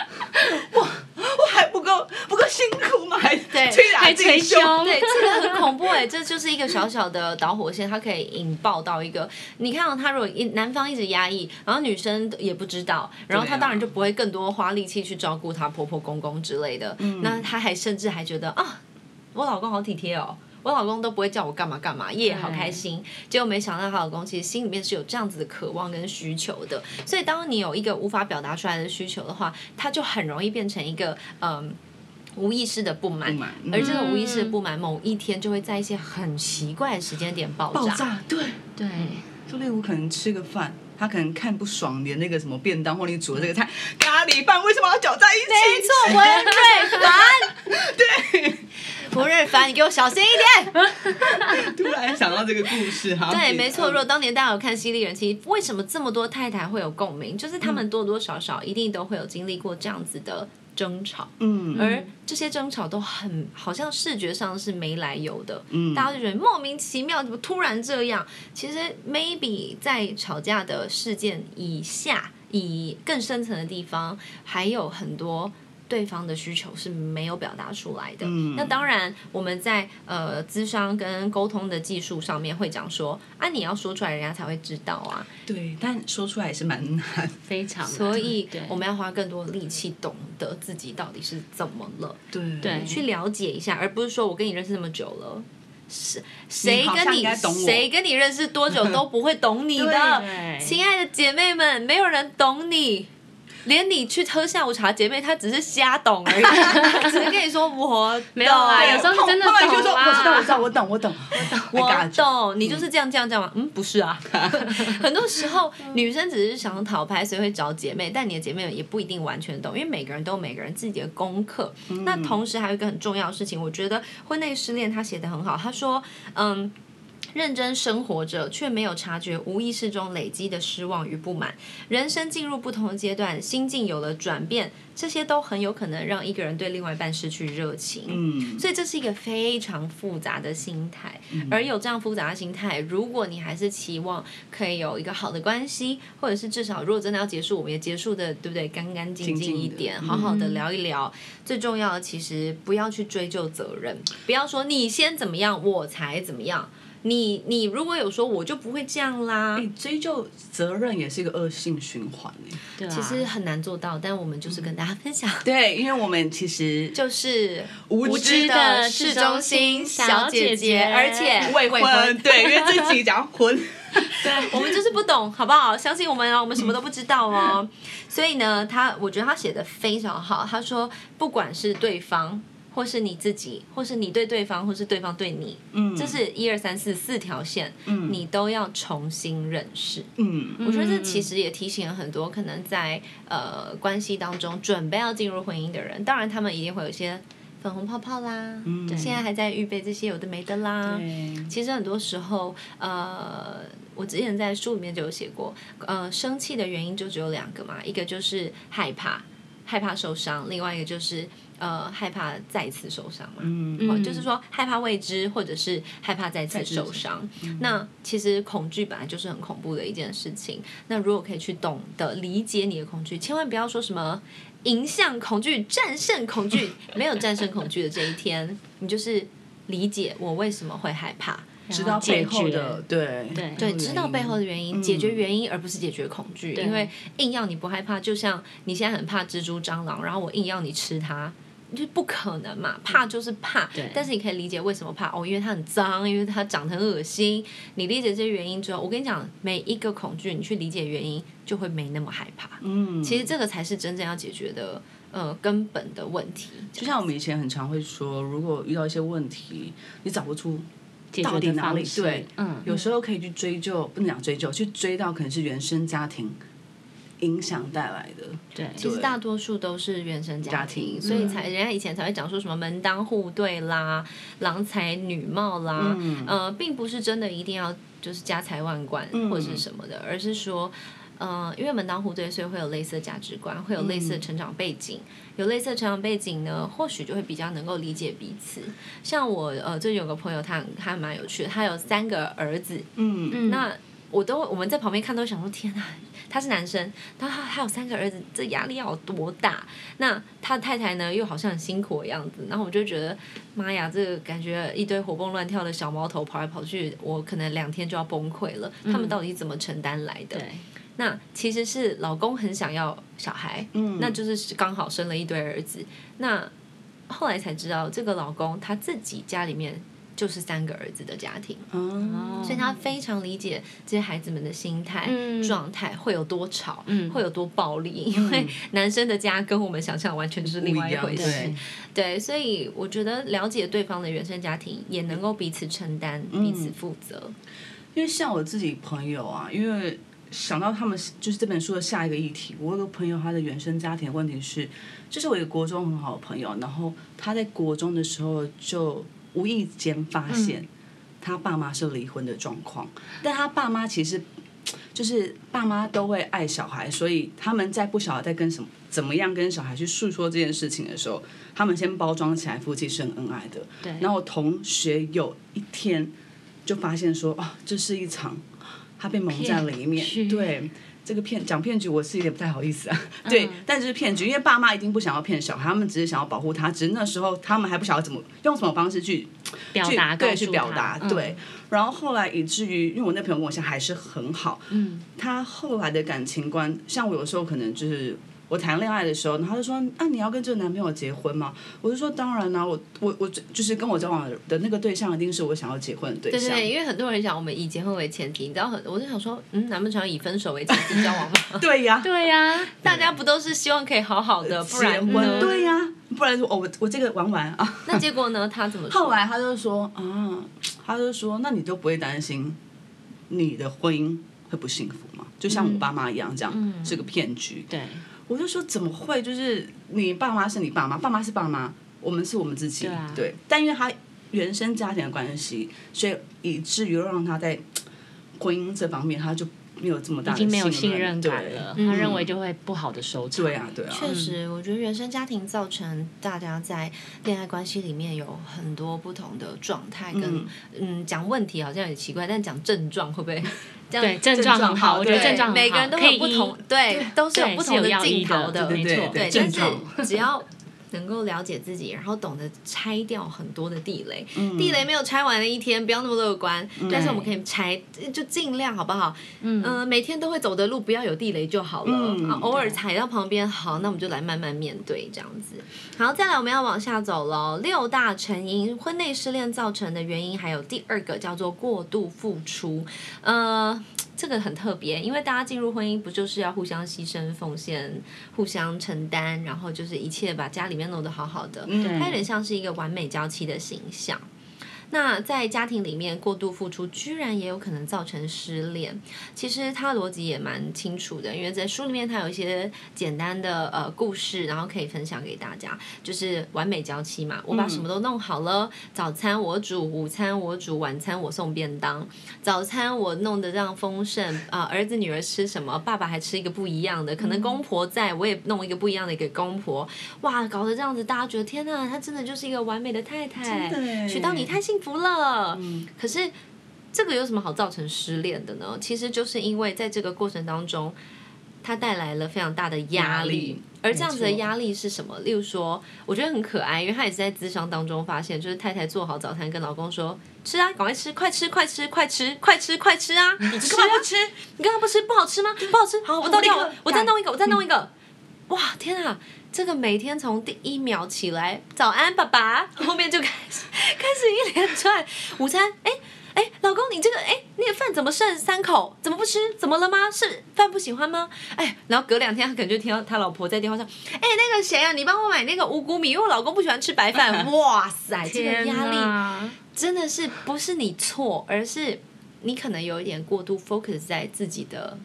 我还不够不够辛苦吗？还对推打还自己捶胸胸，，对，这个很恐怖哎、这就是一个小小的导火线，它可以引爆到一个，你看哦到他如果一男方一直压抑，然后女生也不知道，然后对他啊当然就不会更多花力气去照顾她婆婆公公之类的，嗯那他还甚至还觉得啊，我老公好体贴哦。我老公都不会叫我干嘛干嘛，耶，好开心。结果没想到她老公其实心里面是有这样子的渴望跟需求的，所以当你有一个无法表达出来的需求的话，他就很容易变成一个嗯无意识的不满，不满嗯而这个无意识的不满，某一天就会在一些很奇怪的时间点爆炸。爆炸，对。对，就例如可能吃个饭，他可能看不爽你的那个什么便当或你煮的这个菜，咖喱饭为什么要搅在一没起？错，文瑞凡，对，文瑞凡，你给我小心一点。 突然想到这个故事，哈，对，没错。如嗯果当年大家有看《犀利人妻》，为什么这么多太太会有共鸣？就是他们多多少少一定都会有经历过这样子的争吵，嗯，而这些争吵都很好像视觉上是没来由的，嗯大家就觉得莫名其妙，怎么突然这样？其实 maybe 在吵架的事件以下，以更深层的地方，还有很多。对方的需求是没有表达出来的。嗯那当然，我们在呃咨商跟沟通的技术上面会讲说，啊，你要说出来，人家才会知道啊。对，但说出来也是蛮难。非常，啊所以对，我们要花更多的力气，懂得自己到底是怎么了。对对去了解一下，而不是说我跟你认识这么久了，谁你谁好跟像你应该懂我谁跟你认识多久都不会懂你 的，对亲爱的姐妹们，没有人懂你。连你去喝下午茶，姐妹她只是瞎懂而已， 只是跟你说我没有啊懂有时候是真的后来就说懂啊我知道，我知道，我懂，我懂，哎我懂我。懂，你就是这样这样这样吗？嗯，不是啊。很多时候女生只是想讨拍，所以会找姐妹，但你的姐妹也不一定完全懂，因为每个人都有每个人自己的功课。那同时还有一个很重要的事情，我觉得《婚内失恋》他写的很好，他说，嗯。认真生活着，却没有察觉无意识中累积的失望与不满。人生进入不同的阶段，心境有了转变，这些都很有可能让一个人对另外一半失去热情。嗯，所以这是一个非常复杂的心态，而有这样复杂的心态，如果你还是期望可以有一个好的关系，或者是至少如果真的要结束，我们也结束的，对不对？干干净静净静一的点，嗯好好的聊一聊。最重要的，其实不要去追究责任，不要说你先怎么样，我才怎么样。你你如果有说我就不会这样啦，你追究责任也是一个恶性循环欸对啊其实很难做到，但我们就是跟大家分享，对，因为我们其实就是无无知的市中心小姐姐，而且 未婚，对，因为这集讲婚，对，我们就是不懂，好不好？相信我们哦，我们什么都不知道哦。所以呢，他我觉得他写的非常好。他说，不管是对方，或是你自己，或是你对对方，或是对方对你，嗯，这是一二三四四条线，嗯你都要重新认识。嗯我觉得这其实也提醒了很多可能在呃关系当中准备要进入婚姻的人，当然他们一定会有一些粉红泡泡啦，嗯现在还在预备这些有的没的啦。对其实很多时候，呃，我之前在书里面就有写过，呃，生气的原因就只有两个嘛，一个就是害怕，害怕受伤；，另外一个就是呃，害怕再次受伤嘛。嗯哦，就是说害怕未知，或者是害怕再次受伤。嗯那其实恐惧本来就是很恐怖的一件事情。那如果可以去懂得理解你的恐惧，千万不要说什么迎向恐惧、战胜恐惧，没有战胜恐惧的这一天，你就是理解我为什么会害怕。知道背后的，对对对，知道背后的原因，解决原因，而不是解决恐惧。因为硬要你不害怕，就像你现在很怕蜘蛛、蟑螂，然后我硬要你吃它，就不可能嘛。怕就是怕，但是你可以理解为什么怕哦，因为它很脏，因为它长得很恶心。你理解这些原因之后，我跟你讲，每一个恐惧，你去理解原因，就会没那么害怕。嗯，其实这个才是真正要解决的，呃，根本的问题。就像我们以前很常会说，如果遇到一些问题，你找不出，解到决底的哪里方式，对嗯，有时候可以去追究，不能讲追究，去追到可能是原生家庭影响带来的。嗯对，其实大多数都是原生家庭，家庭所以才人家以前才会讲说什么门当户对啦、郎才女貌啦，呃，并不是真的一定要就是家财万贯嗯或者是什么的，而是说。呃，因为门当户对，所以会有类似的价值观，会有类似的成长背景，有类似的成长背景呢，或许就会比较能够理解彼此。像我呃，最近有个朋友他，他还蛮有趣的，他有三个儿子，嗯嗯那我都我们在旁边看都想说天哪，他是男生，他还有三个儿子，这压力要有多大？那他太太呢又好像很辛苦的样子，然后我就觉得妈呀，这个感觉一堆活蹦乱跳的小毛头跑来跑去，我可能两天就要崩溃了。他嗯们到底怎么承担来的？对，那其实是老公很想要小孩，嗯那就是刚好生了一堆儿子。那后来才知道，这个老公他自己家里面就是三个儿子的家庭。嗯所以他非常理解这些孩子们的心态、嗯状态会有多吵，会有多暴力，因为 男生的家跟我们想象完全就是另外一不回一样事对。对，所以我觉得了解对方的原生家庭，也能够彼此承担、嗯彼此负责。因为像我自己朋友啊，因为想到他们就是这本书的下一个议题，我有个朋友他的原生家庭问题是，就是我一个国中很好的朋友，然后他在国中的时候就无意间发现他爸妈是离婚的状况，但他爸妈其实。就是爸妈都会爱小孩，所以他们在不晓得在跟什么怎么样跟小孩去诉说这件事情的时候，他们先包装起来夫妻是很恩爱的。对。然后我同学有一天就发现说，哦，这是一场他被蒙在里面骗。局对，这个骗讲骗局，我是有点不太好意思啊。嗯对，但就是骗局，因为爸妈一定不想要骗小孩，他们只是想要保护他，只是那时候他们还不晓得怎么用什么方式去表达对告诉去表达，他嗯对，。然后后来以至于，因为我那朋友跟我现在还是很好，嗯，他后来的感情观，像我有时候可能就是。我谈恋爱的时候，然后他就说：“啊，你要跟这个男朋友结婚吗？”我就说：“当然啦、我我我就是跟我交往的那个对象，一定是我想要结婚的对对象。对对，因为很多人讲我们以结婚为前提，你知道很，我就想说，嗯，难不成要以分手为前提交往吗？ 对呀、对啊呀，大家不都是希望可以好好的，不呃结然嗯呢 婚，？对呀、不然说哦，我我这个玩完啊。那结果呢？他怎么说？ 后来他就说啊，他就说，那你都不会担心你的婚姻会不幸福吗？就像我爸妈一样，这样、是个骗局。对，我就说怎么会？就是你爸妈是你爸妈，爸妈是爸妈，我们是我们自己。对啊但因为他原生家庭的关系，所以以至于让他在婚姻这方面他就没有这么大已的经没有信信任感对了，嗯他认为就会不好的收场，对啊，对啊，确实，我觉得原生家庭造成大家在恋爱关系里面有很多不同的状态跟，嗯嗯讲问题好像很奇怪，但讲症状会不 会这样？对症状状很好好，我觉得对症状很好每个人都可有以不同医，对，都是有对不是同有药镜医头的对没对错对对，症但是状只要能够了解自己，然后懂得拆掉很多的地雷，地雷没有拆完的一天，不要那么乐观，嗯但是我们可以拆，就尽量好不好？嗯、每天都会走的路不要有地雷就好了，嗯啊，偶尔踩到旁边好，那我们就来慢慢面对这样子。好，再来我们要往下走喽，六大成因，婚内失恋造成的原因，还有第二个叫做过度付出，呃。这个很特别，因为大家进入婚姻不就是要互相牺牲、奉献、互相承担，然后就是一切把家里面弄得好好的，嗯它有点像是一个完美娇妻的形象。那在家庭里面过度付出，居然也有可能造成失恋。其实它逻辑也蛮清楚的，因为在书里面它有一些简单的呃故事，然后可以分享给大家。就是完美娇妻嘛，我把什么都弄好了，早餐我煮，午餐我煮，晚餐我送便当。早餐我弄得这样丰盛啊、儿子女儿吃什么，爸爸还吃一个不一样的，可能公婆在我也弄一个不一样的给公婆。哇，搞得这样子，大家觉得天哪，她真的就是一个完美的太太。对，娶到你太幸福了。可是这个有什么好造成失恋的呢？其实就是因为在这个过程当中，它带来了非常大的压压力而这样子的没错压力是什么？例如说，我觉得很可爱，因为他也是在咨商当中发现，就是太太做好早餐跟老公说：“吃啊，赶快吃，快吃，快吃，快吃，快吃，快吃 啊！你干嘛不吃？你干嘛不吃？不好吃吗？不好吃，好，我都立刻掉了，我再弄一 个，我再弄一个。”哇，天啊！这个每天从第一秒起来，早安，爸爸，后面就开始开始一连串午餐，哎、哎、老公，你这个哎、那个饭怎么剩三口？怎么不吃？怎么了吗？是饭不喜欢吗？哎、然后隔两天，他可能就听到他老婆在电话上，哎、那个谁啊，你帮我买那个五谷米，因为我老公不喜欢吃白 饭。哇塞，这个天压力哪真的是不是你错，而是你可能有一点过度 focus 在自己的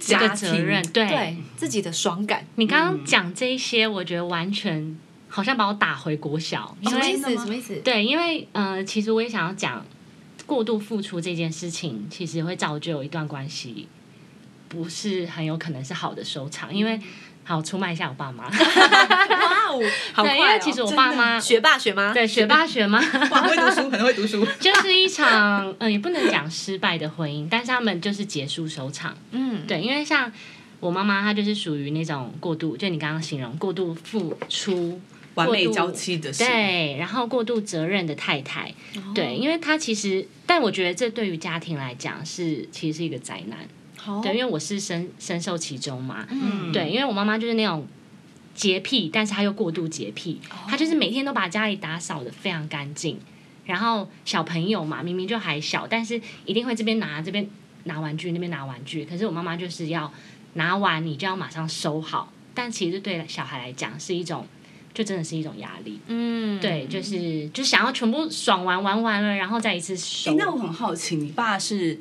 这个家责任，庭对对自己的爽感。你刚刚讲这一些，我觉得完全好像把我打回国小，因什么为意真的思？吗什么意思？对，因为呃，其实我也想要讲，过度付出这件事情，其实会造就一段关系不是很有可能是好的收场，因为好出卖一下我 爸妈，哇哦，好 对，因为快、哦！其实我爸妈学霸学妈，对学霸学妈哇，很会读书，很会读 书。就是一场嗯、呃也不能讲失败的婚姻，但是他们就是结束收场。嗯，对，因为像我妈妈，她就是属于那种过度，就你刚刚形容过度付出。完美娇妻哦的型，对，然后过度责任的太太，对，因为她其实，但我觉得这对于家庭来讲是其实是一个灾难，好，对，因为我是深深受其中嘛，嗯，对，因为我妈妈就是那种洁癖，但是她又过度洁癖，哦她就是每天都把家里打扫的非常干净，然后小朋友嘛，明明就还小，但是一定会这边拿这边拿玩具，那边拿玩具，可是我妈妈就是要拿完你就要马上收好，但其实对小孩来讲是一种，就真的是一种压力。嗯，对，就是就想要全部爽完玩完了，然后再一次收。哎，那我很好奇，你爸是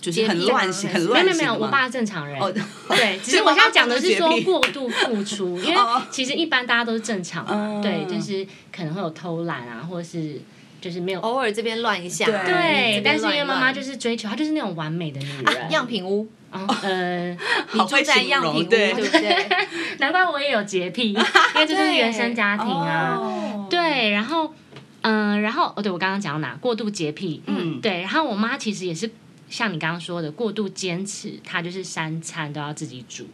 就是洁癖很乱型，吗还是很没有乱没有型没有，的吗我爸正常人。 哦， 对，只是所以我妈现在妈讲的都是洁说癖过度付出，因为哦其实一般大家都是正常嘛，嗯对，就是可能会有偷懒啊，或者是就是没有偶尔这边乱一下，嗯对对哦这，边但是因乱一为妈妈乱就是追求，她就是那种完美的女啊人，样品屋，嗯呃，你住在样品屋，对对不对？ 难怪我也有洁癖，因为这就是原生家庭啊，哦，对，然后嗯、然后哦，对我刚刚讲到哪，过度洁癖，嗯，对，然后我妈其实也是像你刚刚说的，过度坚持，她就是三餐都要自己煮。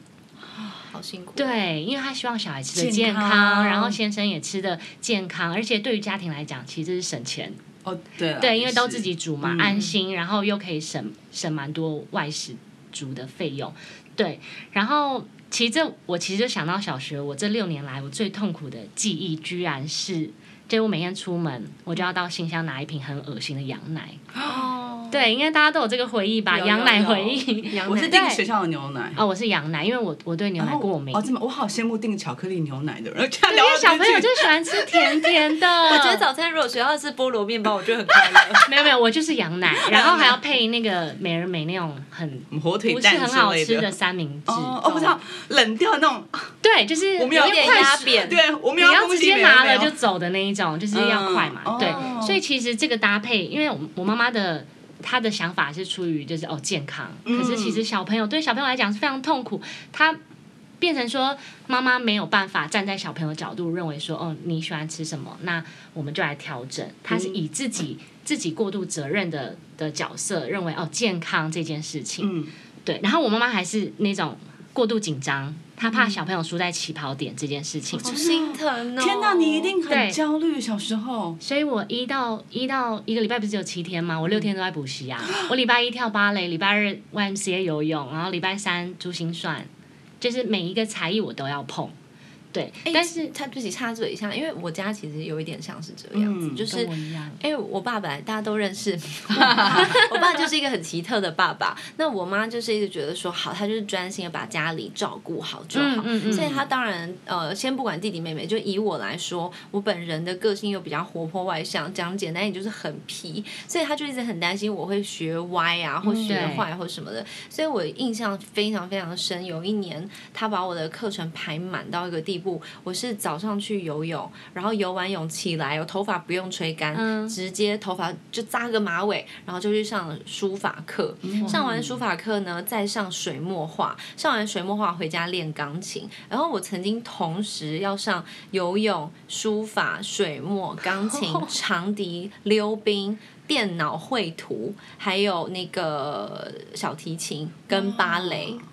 好辛苦，，对，因为她希望小孩吃的健健康，康然后先生也吃的健康，而且对于家庭来讲，其实是省钱。哦，对啊，对，因为也都是自己煮嘛，嗯安心，然后又可以省省蛮多外食煮的费用。对，然后其实这我其实就想到小学，我这六年来我最痛苦的记忆，居然是，就我每天出门，我就要到信箱拿一瓶很恶心的羊奶。哦，对，应该大家都有这个回忆吧？有羊奶有有回忆。羊我奶是对订学校的牛奶。哦，我是羊奶，因为我我对牛然奶后过敏。哦，这么我好羡慕订巧克力牛奶的人， 这样因聊为到小这朋友边去就喜欢吃甜 甜的，我觉得早餐如果学校是菠萝面包，我就很快乐。没有没有，我就是羊 奶，然后还要配那个美而美那种很嗯火腿不是蛋很之好类吃的的。三明治。哦，哦，不知道冷掉那种，对，就是我们有一点块压水扁，对，我你们要攻直击接别人拿没了有就走的那一种，就是要快嘛，嗯对。哦所以其实这个搭配，因为我我妈妈的。她的想法是出于就是哦健康，嗯可是其实小朋友对小朋友来讲是非常痛苦，她变成说妈妈没有办法站在小朋友角度认为说哦你喜欢吃什么，那我们就来调整。她是以自己、嗯自己过度责任的的角色认为哦健康这件事情，嗯，对，然后我妈妈还是那种过度紧张，嗯她怕小朋友输在起跑点这件事情，好心疼哦！天哪，你一定嗯对很焦虑，小时候，所以我一到一到一个礼拜不是只有七天吗？我六天都在补 习啊，我礼拜一跳芭蕾，礼拜日 YMCA 游泳，然后礼拜三珠心算，就是每一个才艺我都要碰。对，哎但是他自己插嘴一下，因为我家其实有一点像是这样子，嗯就是跟我一样，因为我爸本来大家都认 识，我爸就是一个很奇特的爸爸。那我妈就是一直觉得说，好，他就是专心的把家里照顾好就好。嗯嗯嗯所以他当然呃，先不管弟弟妹妹，就以我来说，我本人的个性又比较活泼外向，讲简单也就是很皮，所以他就一直很担心我会学歪啊，或学嗯对坏或什么的。所以我印象非常非常深。有一年，他把我的课程排满到一个地步，我是早上去游泳，然后游完泳起来，我头发不用吹干，嗯直接头发就扎个马尾，然后就去上书法课。上完书法课呢，再上水墨画，上完水墨画回家练钢琴。然后我曾经同时要上游泳、书法、水墨、钢琴、长笛、溜冰。电脑绘图，还有那个小提琴跟芭蕾，哦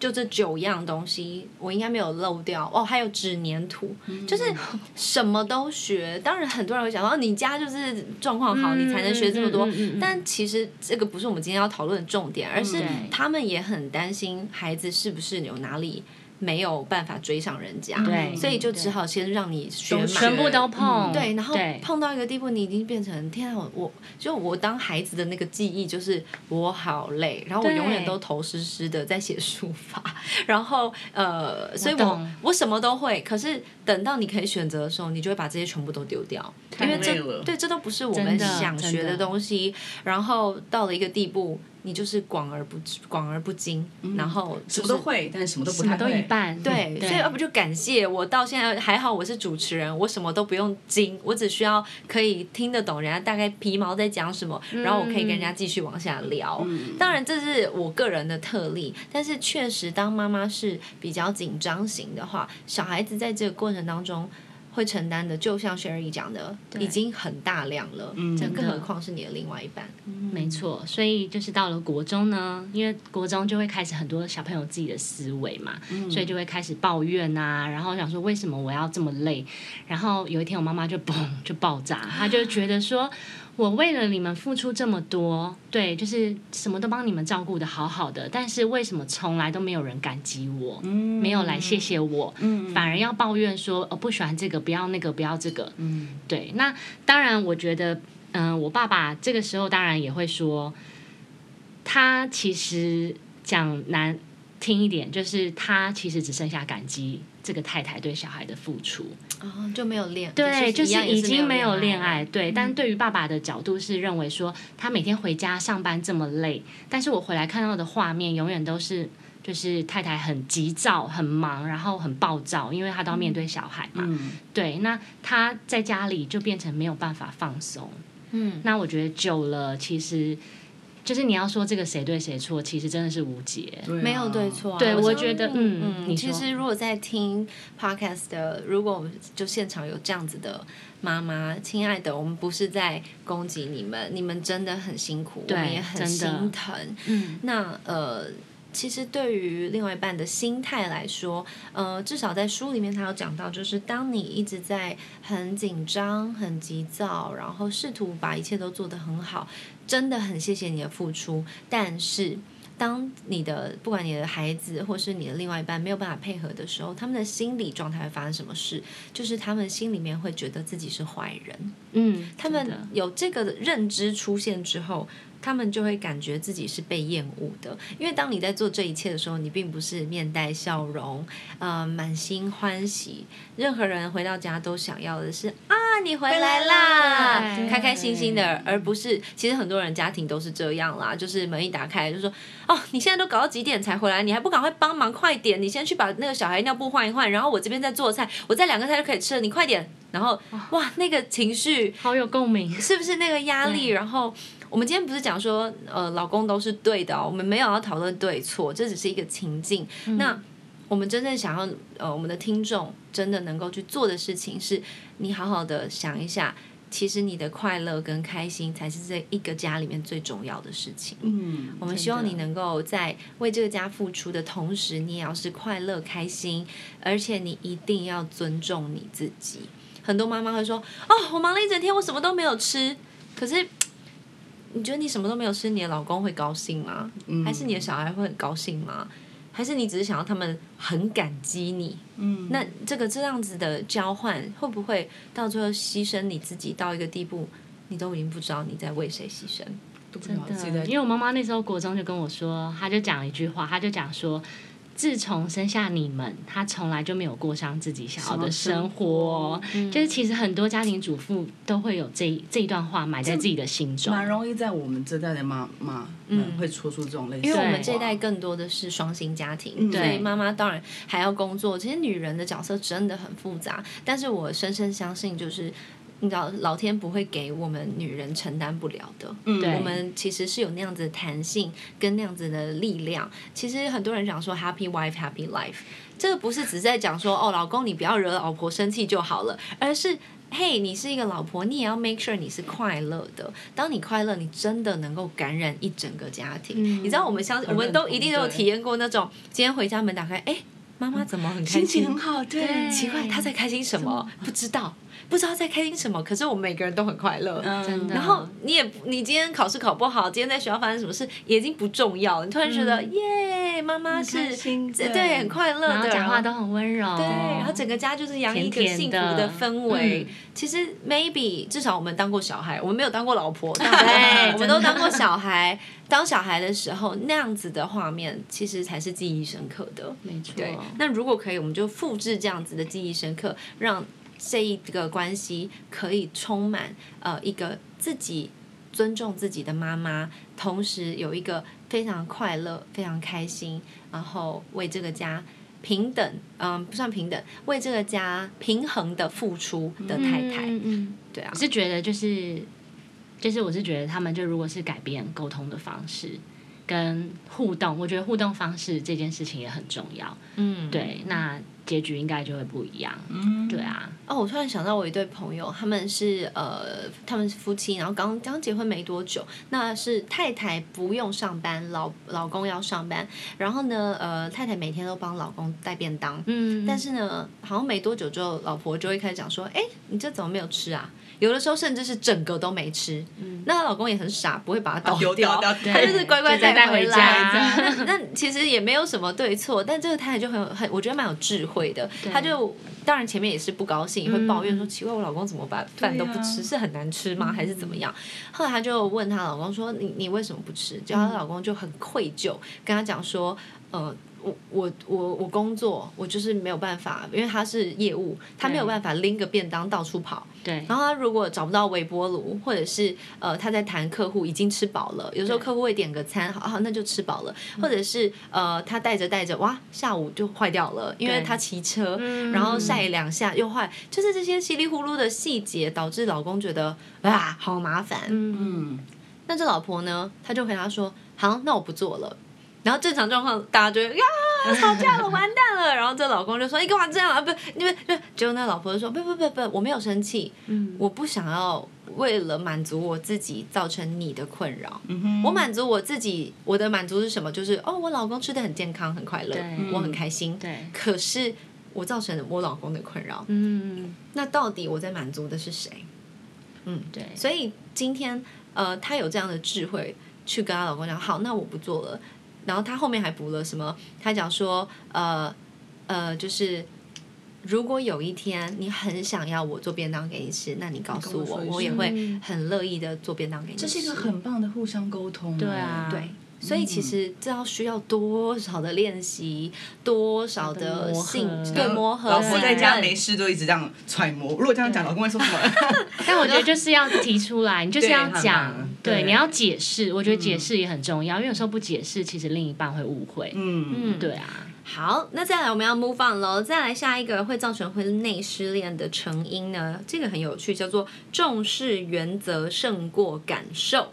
就这九样东西，我应该没有漏掉哦。还有纸粘土，嗯就是什么都学。当然，很多人会讲说，哦，你家就是状况好，你才能学这么多。嗯嗯嗯嗯嗯嗯但其实这个不是我们今天要讨论的重点，而是对他们也很担心孩子是不是有哪里没有办法追上人家，对所以就只好先让你学都满。学全部都碰，嗯对，然后对碰到一个地步，你已经变成天啊！我我就我当孩子的那个记忆就是我好累，然后我对永远都头湿湿的在写书法，然后呃，所以我我懂什么都会，可是等到你可以选择的时候，你就会把这些全部都丢掉，因为累这了对这都不是我们真的想学真的东西，然后到了一个地步，你就是广而不广而不精，嗯然后什就么是都会，但是什么都不什么太都一会。半，嗯对，所以要不就感谢我到现在还好，我是主持人，我什么都不用精，我只需要可以听得懂人家大概皮毛在讲什么，然后我可以跟人家继续往下聊。当然这是我个人的特例，但是确实当妈妈是比较紧张型的话，小孩子在这个过程当中。会承担的，就像雪儿姨讲的，已经很大量了，这真的更何况是你嗯的另外一半。嗯没错，所以就是到了国中呢，因为国中就会开始很多小朋友自己的思维嘛，所以就会开始抱怨啊，然后想说为什么我要这么累？然后有一天我妈妈就嘣就爆炸，她就觉得说。我为了你们付出这么多，对，就是什么都帮你们照顾的好好的，但是为什么从来都没有人感激我，没有来谢谢我，反而要抱怨说，哦，不喜欢这个，不要那个，不要这个，对。那当然，我觉得嗯，我爸爸这个时候当然也会说，他其实讲难听一点，就是他其实只剩下感激这个太太对小孩的付出。哦，就没有恋，对，就就是一样也已经没有恋爱爱。嗯对，但对于爸爸的角度是认为说，他每天回家上班这么累，但是我回来看到的画面永远都是。就是太太很急躁、很忙，然后很暴躁，因为她都要面对小孩啊嘛。嗯对，那她在家里就变成没有办法放松。嗯，那我觉得久了，其实就是你要说这个谁对谁错，其实真的是无解。对啊没有对。错、啊。对我相信觉得嗯你其说实如果在听 podcast 的，如果我们就现场有这样子的妈妈，亲爱的，我们不是在攻击你们，你们真的很辛苦，我对们也很真的心疼。嗯，那呃。其实对于另外一半的心态来说，呃，至少在书里面他有讲到，就是当你一直在很紧张、很急躁，然后试图把一切都做得很好，真的很谢谢你的付出，但是。当你的不管你的孩子或是你的另外一半没有办法配合的时候，他们的心理状态会发生什么事？就是他们心里面会觉得自己是坏人，嗯，他真们的有这个认知出现之后，他们就会感觉自己是被厌恶的。因为当你在做这一切的时候，你并不是面带笑容，呃，满心欢喜。任何人回到家都想要的是啊，你回来啦，回来啦开开心心的，而不是其实很多人家庭都是这样啦，就是门一打开就说哦，你现在都搞到几点才回来？你还不赶快帮忙，快点！你先去把那个小孩尿布换一换，然后我这边再做菜，我再两个菜就可以吃了，你快点！然后哇，那个情绪好有共鸣。 是不是那个压力？对然后我们今天不是讲说，呃，老公都是对的哦、我们没有要讨论对错，这只是一个情境。那我们真正想要，呃，我们的听众真的能够去做的事情是，你好好的想一下，其实你的快乐跟开心才是这一个家里面最重要的事情。嗯，我们希望你能够在为这个家付出的同时，你也要是快乐开心，而且你一定要尊重你自己。很多妈妈会说：“哦，我忙了一整天，我什么都没有吃。”可是，嗯你觉得你什么都没有吃，你的老公会高兴吗？还是你的小孩会很高兴吗？还是你只是想要他们很感激你？嗯，那这个这样子的交换，会不会到最后牺牲你自己到一个地步，你都已经不知道你在为谁牺牲？都不知真道自己的，在因为我妈妈那时候国中就跟我说，她就讲一句话，她就讲说，自从生下你们，她从来就没有过上自己想要的生活。就是其实很多家庭主妇都会有这这一段话埋在自己的心中。蛮容易在我们这代的妈妈们会说出这种类似的嗯因话，为我们对这一代更多的是双薪家庭，所以对妈妈当然还要工作。其实女人的角色真的很复杂，但是我深深相信，就是你知道，老天不会给我们女人承担不了的。嗯，对我们其实是有那样子的弹性跟那样子的力量。其实很多人讲说 “happy wife, happy life”，这个不是只是在讲说哦，老公你不要惹老婆生气就好了，而是。嘿你是一个老婆，你也要 make sure 你是快乐的。当你快乐，你真的能够感染一整个家庭。你知道，我们相我们都一定都有体验过那种，今天回家门打开，哎，妈妈怎么很开心心情？很好，对，奇怪，她在开心什么？不知道，不知道在开心什么。可是我们每个人都很快乐。真的然后你也不你今天考试考不好，今天在学校发生什么事也已经不重要了。你突然觉得、耶，妈妈是开心这对对很快乐的，然后讲话然后都很温柔。对，然后整个家就是洋溢一个哦甜幸福甜的的氛围。嗯其实 maybe 至少我们当过小孩，我们没有当过老 婆，但对我们哎真都的当过小孩。当小孩的时候，那样子的画面其实才是记忆深刻的。没错。对，那如果可以，我们就复制这样子的记忆深刻，让这一个关系可以充满呃一个自己尊重自己的妈妈，同时有一个非常快乐、非常开心，然后为这个家。平等，嗯、不算平等，为这个家平衡的付出的太太，嗯嗯，对啊我，是觉得就是就是我是觉得他们就如果是改变沟通的方式跟互动，我觉得互动方式这件事情也很重要。嗯，对，那结局应该就会不一样。嗯，对啊，哦，我突然想到我一对朋友，他们是呃，他们是夫妻，然后刚刚结婚没多久，那是太太不用上班，老老公要上班，然后呢，呃，太太每天都帮老公带便当，嗯，但是呢，好像没多久之后，老婆就会开始讲说：“哎、你这怎么没有吃啊？”有的时候甚至是整个都没吃。那她老公也很傻，不会把它倒丢嗯啊掉掉他就是乖乖就再带带回来家那那其实也没有什么对错，但这个太太就很有很，我觉得蛮有智慧的。她就当然前面也是不高兴，也会抱怨嗯说：“奇怪，我老公怎么把饭都不啊吃？是很难吃吗？还是怎么嗯样？”后来她就问她老公说：“你你为什么不吃？”就嗯她老公就很愧疚，跟她讲说：“呃。”我我我我工作，我就是没有办法，因为他是业务，他没有办法拎个便当到处跑。对，然后他如果找不到微波炉，或者是呃他在谈客户已经吃饱了，有时候客户会点个餐，好，好那就吃饱了，嗯或者是呃他带着带着，哇，下午就坏掉了，因为对嗯他骑车，然后晒两下又坏，就是这些稀里糊涂的细节导致老公觉得啊好麻烦，嗯，嗯，那这老婆呢，她就回答说：“好，那我不做了。”然后正常状况，大家就会呀吵架了，完蛋了。然后这老公就说：“你干嘛这样啊？不，你们不。”结果那老婆就啊说：“不哎不不不，我没有生气，我不想要为了满足我自己造成你的困扰。嗯我满足我自己，我的满足是什么？就是哦，我老公吃的很健康，很快乐对，我很开心。嗯对，可是我造成我老公的困扰，嗯，那到底我在满足的是谁？”嗯对，所以今天呃，她有这样的智慧去跟她老公讲，好，那我不做了。然后她后面还补了什么？她讲说，呃呃，就是如果有一天你很想要我做便当给你吃，那你告诉你跟我我，说我一也声嗯会很乐意的做便当给你吃。这是一个很嗯棒的互相沟通，欸对啊对。所以其实这要需要多少的练习，多少的磨合信对磨合，老婆在家信任没事都一直这样揣摩，如果这样讲，老公会说什么？ 但我觉得就是要提出来，你就是要对很讲忙， 对，对你要解释。我觉得解释也很重要，因为有时候不解释，其实另一半会误会。嗯，对啊，好，那再来我们要 move on 喽。再来下一个会造成婚内失恋的成因呢？这个很有趣，叫做重视原则胜过感受。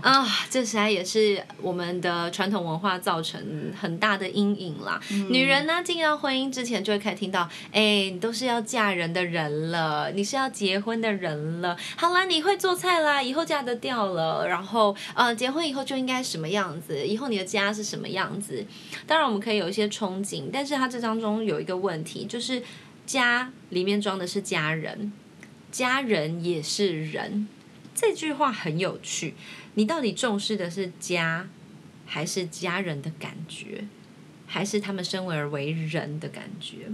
啊，这实在也是我们的传统文化造成很大的阴影啦。女人呢，进到婚姻之前就会开始听到，哎、你都是要嫁人的人了，你是要结婚的人了。好啦，你会做菜啦，以后嫁得掉了。然后，呃，结婚以后就应该什么样子，以后你的家是什么样子。当然，我们可以有一些憧憬，但是它这当中有一个问题，就是家里面装的是家人，家人也是人。这句话很有趣，你到底重视的是家，还是家人的感觉，还是他们生而为人的感觉。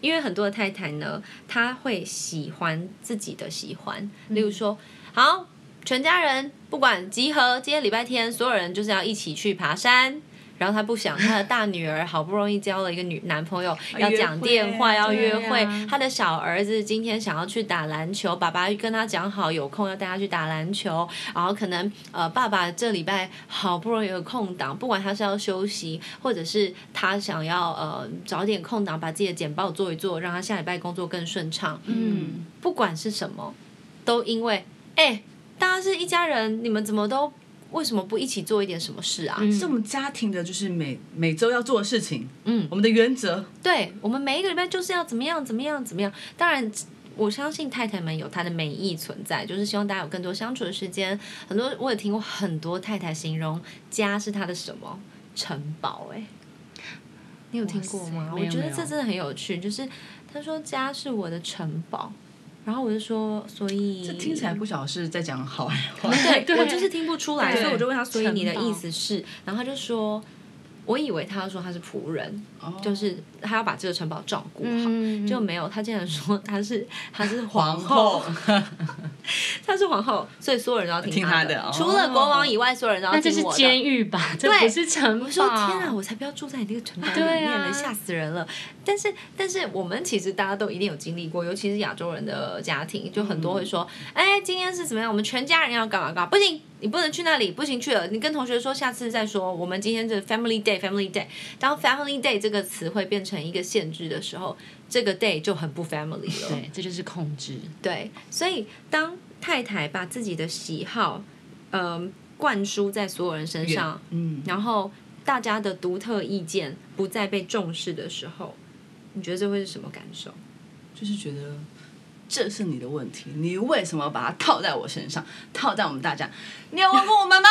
因为很多的太太呢，她会喜欢自己的喜欢，例如说，好，全家人不管集合，今天礼拜天，所有人就是要一起去爬山。然后她不想，她的大女儿好不容易交了一个女男朋友，要讲电话，约会啊要约会对啊，她的小儿子今天想要去打篮球，爸爸跟他讲好有空要带他去打篮球，然后可能呃爸爸这礼拜好不容易有空档，不管他是要休息，或者是他想要呃找点空档把自己的简报做一做，让他下礼拜工作更顺畅，嗯，不管是什么，都因为哎、大家是一家人，你们怎么都为什么不一起做一点什么事啊？嗯是我们家庭的，就是每每周要做的事情，嗯我们的原则，对我们每一个礼拜就是要怎么样怎么样怎么样。当然，我相信太太们有她的美意存在，就是希望大家有更多相处的时间。很多我也听过很多太太形容家是她的什么城堡、哎，你有听过吗？哇塞没我有觉没得有这真的很有趣，就是她说家是我的城堡，然后我就说，所以这听起来不晓得是在讲好还是坏。对对我就是听不出来，对所以我就问他，所以你的城堡意思是？然后他就说，我以为他要说他是仆人，哦就是他要把这个城堡照顾好，嗯就没有，他竟然说他是他是皇后， 后，他是皇后，所以所有人都要听听他他的哦除了国王以外，所有人都要那这听是我的。监狱吧？这对不是城堡。我说天啊，我才不要住在你那个城堡里对面啊呢，吓死人了！但是，但是我们其实大家都一定有经历过，尤其是亚洲人的家庭，就很嗯多会说，哎、今天是怎么样？我们全家人要干嘛干嘛？不行，你不能去那里，不行去了，你跟同学说，下次再说。我们今天这 family day，family day，当 family day 这个词汇变成一个限制的时候，这个 day 就很不 family 了。对，这就是控制。对，所以当太太把自己的喜好，嗯、灌输在所有人身上，嗯，然后大家的独特意见不再被重视的时候，你觉得这会是什么感受？就是觉得这是你的问题，你为什么把它套在我身上，套在我们大家？你有问过我们 吗？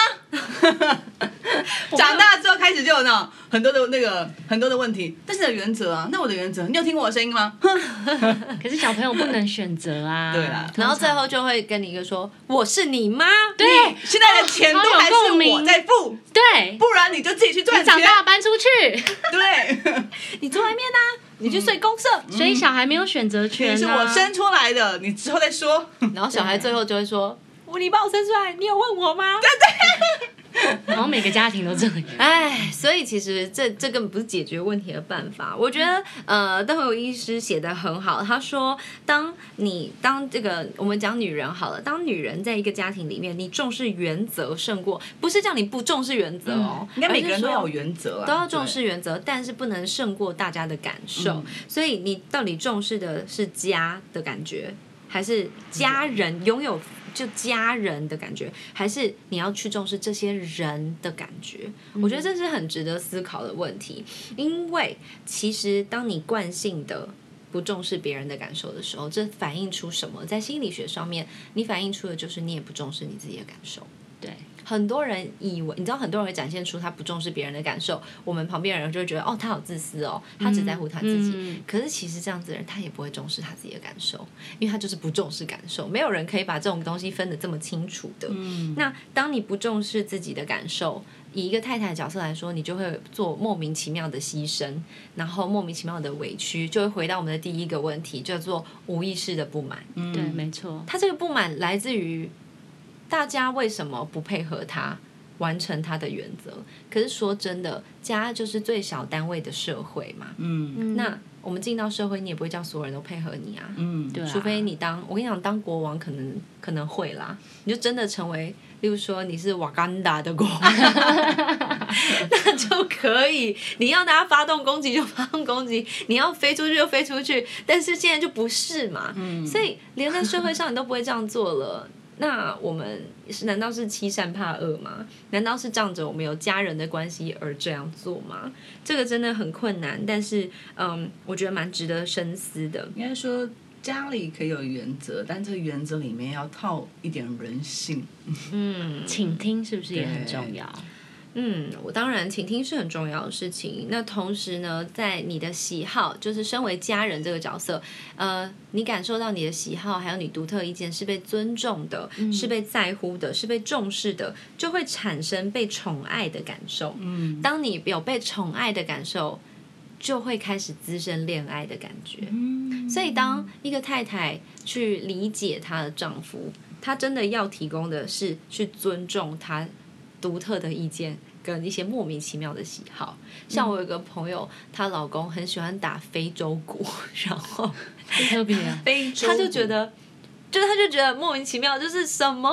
长大之后开始就有那种很多的那个很多的问题，但是你的原则啊，那我的原则，你有听过我的声音吗？哼可是小朋友不能选择 啊。对啦然后最后就会跟你一个说：“我是你妈。”对现在的钱都还是我在付，对，不然你就自己去赚长钱。大搬出去， 对，你住外面呐、你去睡公社。所以小孩没有选择权、啊。你是我生出来的，你之后再说。然后小孩最后就会说：“你把我生出来，你有问我吗？”然后每个家庭都这样。唉，所以其实这这根本不是解决问题的办法。我觉得，呃，邓友医师写的很好，他说，当你当这个我们讲女人好了，当女人在一个家庭里面，你重视原则胜过，不是叫你不重视原则 哦，嗯应该每个人都要有而是说原则啊，都要重对。视原则，但是不能胜过大家的感受。嗯所以你到底重视的是家的感觉，还是家人拥有就家人的感觉，还是你要去重视这些人的感觉？嗯我觉得这是很值得思考的问题，因为其实当你惯性的。不重视别人的感受的时候，这反映出什么？在心理学上面，你反映出的就是你也不重视你自己的感受。对，很多人以为，你知道，很多人会展现出他不重视别人的感受，我们旁边的人就会觉得，哦，他好自私哦，他只在乎他自己。嗯可是其实这样子的人，他也不会重视他自己的感受，因为他就是不重视感受。没有人可以把这种东西分得这么清楚的。嗯那当你不重视自己的感受，以一个太太的角色来说，你就会做莫名其妙的牺牲，然后莫名其妙的委屈，就会回到我们的第一个问题，叫做无意识的不满。对，没错。他这个不满来自于大家为什么不配合他完成他的原则？可是说真的，家就是最小单位的社会嘛。嗯那我们进到社会，你也不会叫所有人都配合你啊。嗯，对、啊，除非你当我跟你讲，当国王可能可能会啦，你就真的成为，例如说你是瓦干达的国王， 那就可以。你要大家发动攻击就发动攻击，你要飞出去就飞出去。但是现在就不是嘛，所以连在社会上你都不会这样做了。那我们是难道是欺善怕恶吗？难道是仗着我们有家人的关系而这样做吗？这个真的很困难，但是嗯，我觉得蛮值得深思的。应该说家里可以有原则，但这个原则里面要套一点人性。嗯，倾听是不是也很重要？嗯，我当然倾听是很重要的事情。那同时呢，在你的喜好，就是身为家人这个角色，呃，你感受到你的喜好还有你独特意见是被尊重的，是被在乎的，是被重视的，就会产生被宠爱的感受。嗯，当你有被宠爱的感受，就会开始滋生恋爱的感觉。嗯所以，当一个太太去理解她的丈夫，她真的要提供的是去尊重他独特的意见跟一些莫名其妙的喜好。像我有个朋友，她老公很喜欢打非洲鼓， 然后很特别啊， 非洲她就觉得。就是她就觉得莫名其妙，就是什么？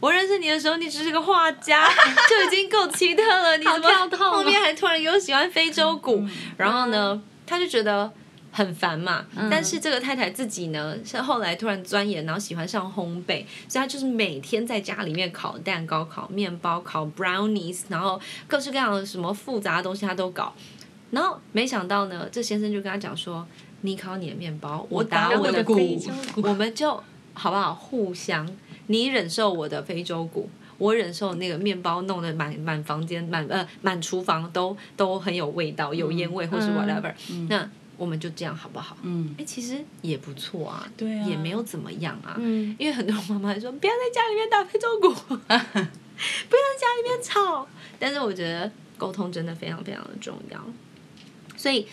我认识你的时候，你只是个画家， 就已经够奇特了。你怎跳么痛哦后面还突然给我喜欢非洲鼓？然后呢，她就觉得很烦嘛。但是这个太太自己呢，是后来突然钻研，然后喜欢上烘焙，所以她就是每天在家里面烤蛋糕、烤面包、烤 brownies，然后各式各样的什么复杂的东西她都搞。然后没想到呢，这先生就跟她讲说：“你烤你的面包，我打打我我的的鼓鼓，我们就好不好？互相，你忍受我的非洲鼓。”我忍受那个面包弄得满满房间满呃满厨房都都很有味道，有烟味或是嗯 whatever，、那我们就这样好不好？嗯哎、，其实也不错啊，对啊也没有怎么样啊。嗯，因为很多妈妈说不要在家里面打非洲鼓， 不要在家里面吵。但是我觉得沟通真的非常非常的重要，所以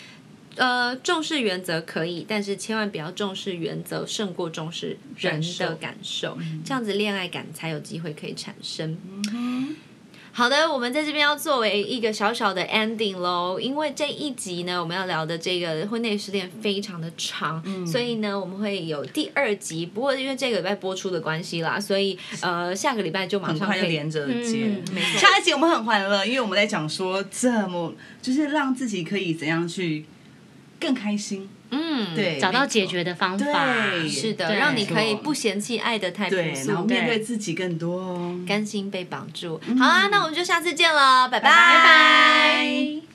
呃，重视原则可以，但是千万不要重视原则胜过重视人的感受，嗯这样子恋爱感才有机会可以产生。好的，我们在这边要作为一个小小的 ending 喽，因为这一集呢，我们要聊的这个婚内失恋非常的长，嗯所以呢，我们会有第二集。不过因为这个礼拜播出的关系啦，所以呃，下个礼拜就马很上快就可以。连着接。嗯没错下一集我们很欢乐，因为我们在讲说怎么就是让自己可以怎样去更开心，嗯，，对，找到没错解决的方法，对是的，对让你可以没错不嫌弃爱的太朴对，然后素，面对自己更多哦。甘心被绑住。好啊，那我们就下次见了，拜拜拜拜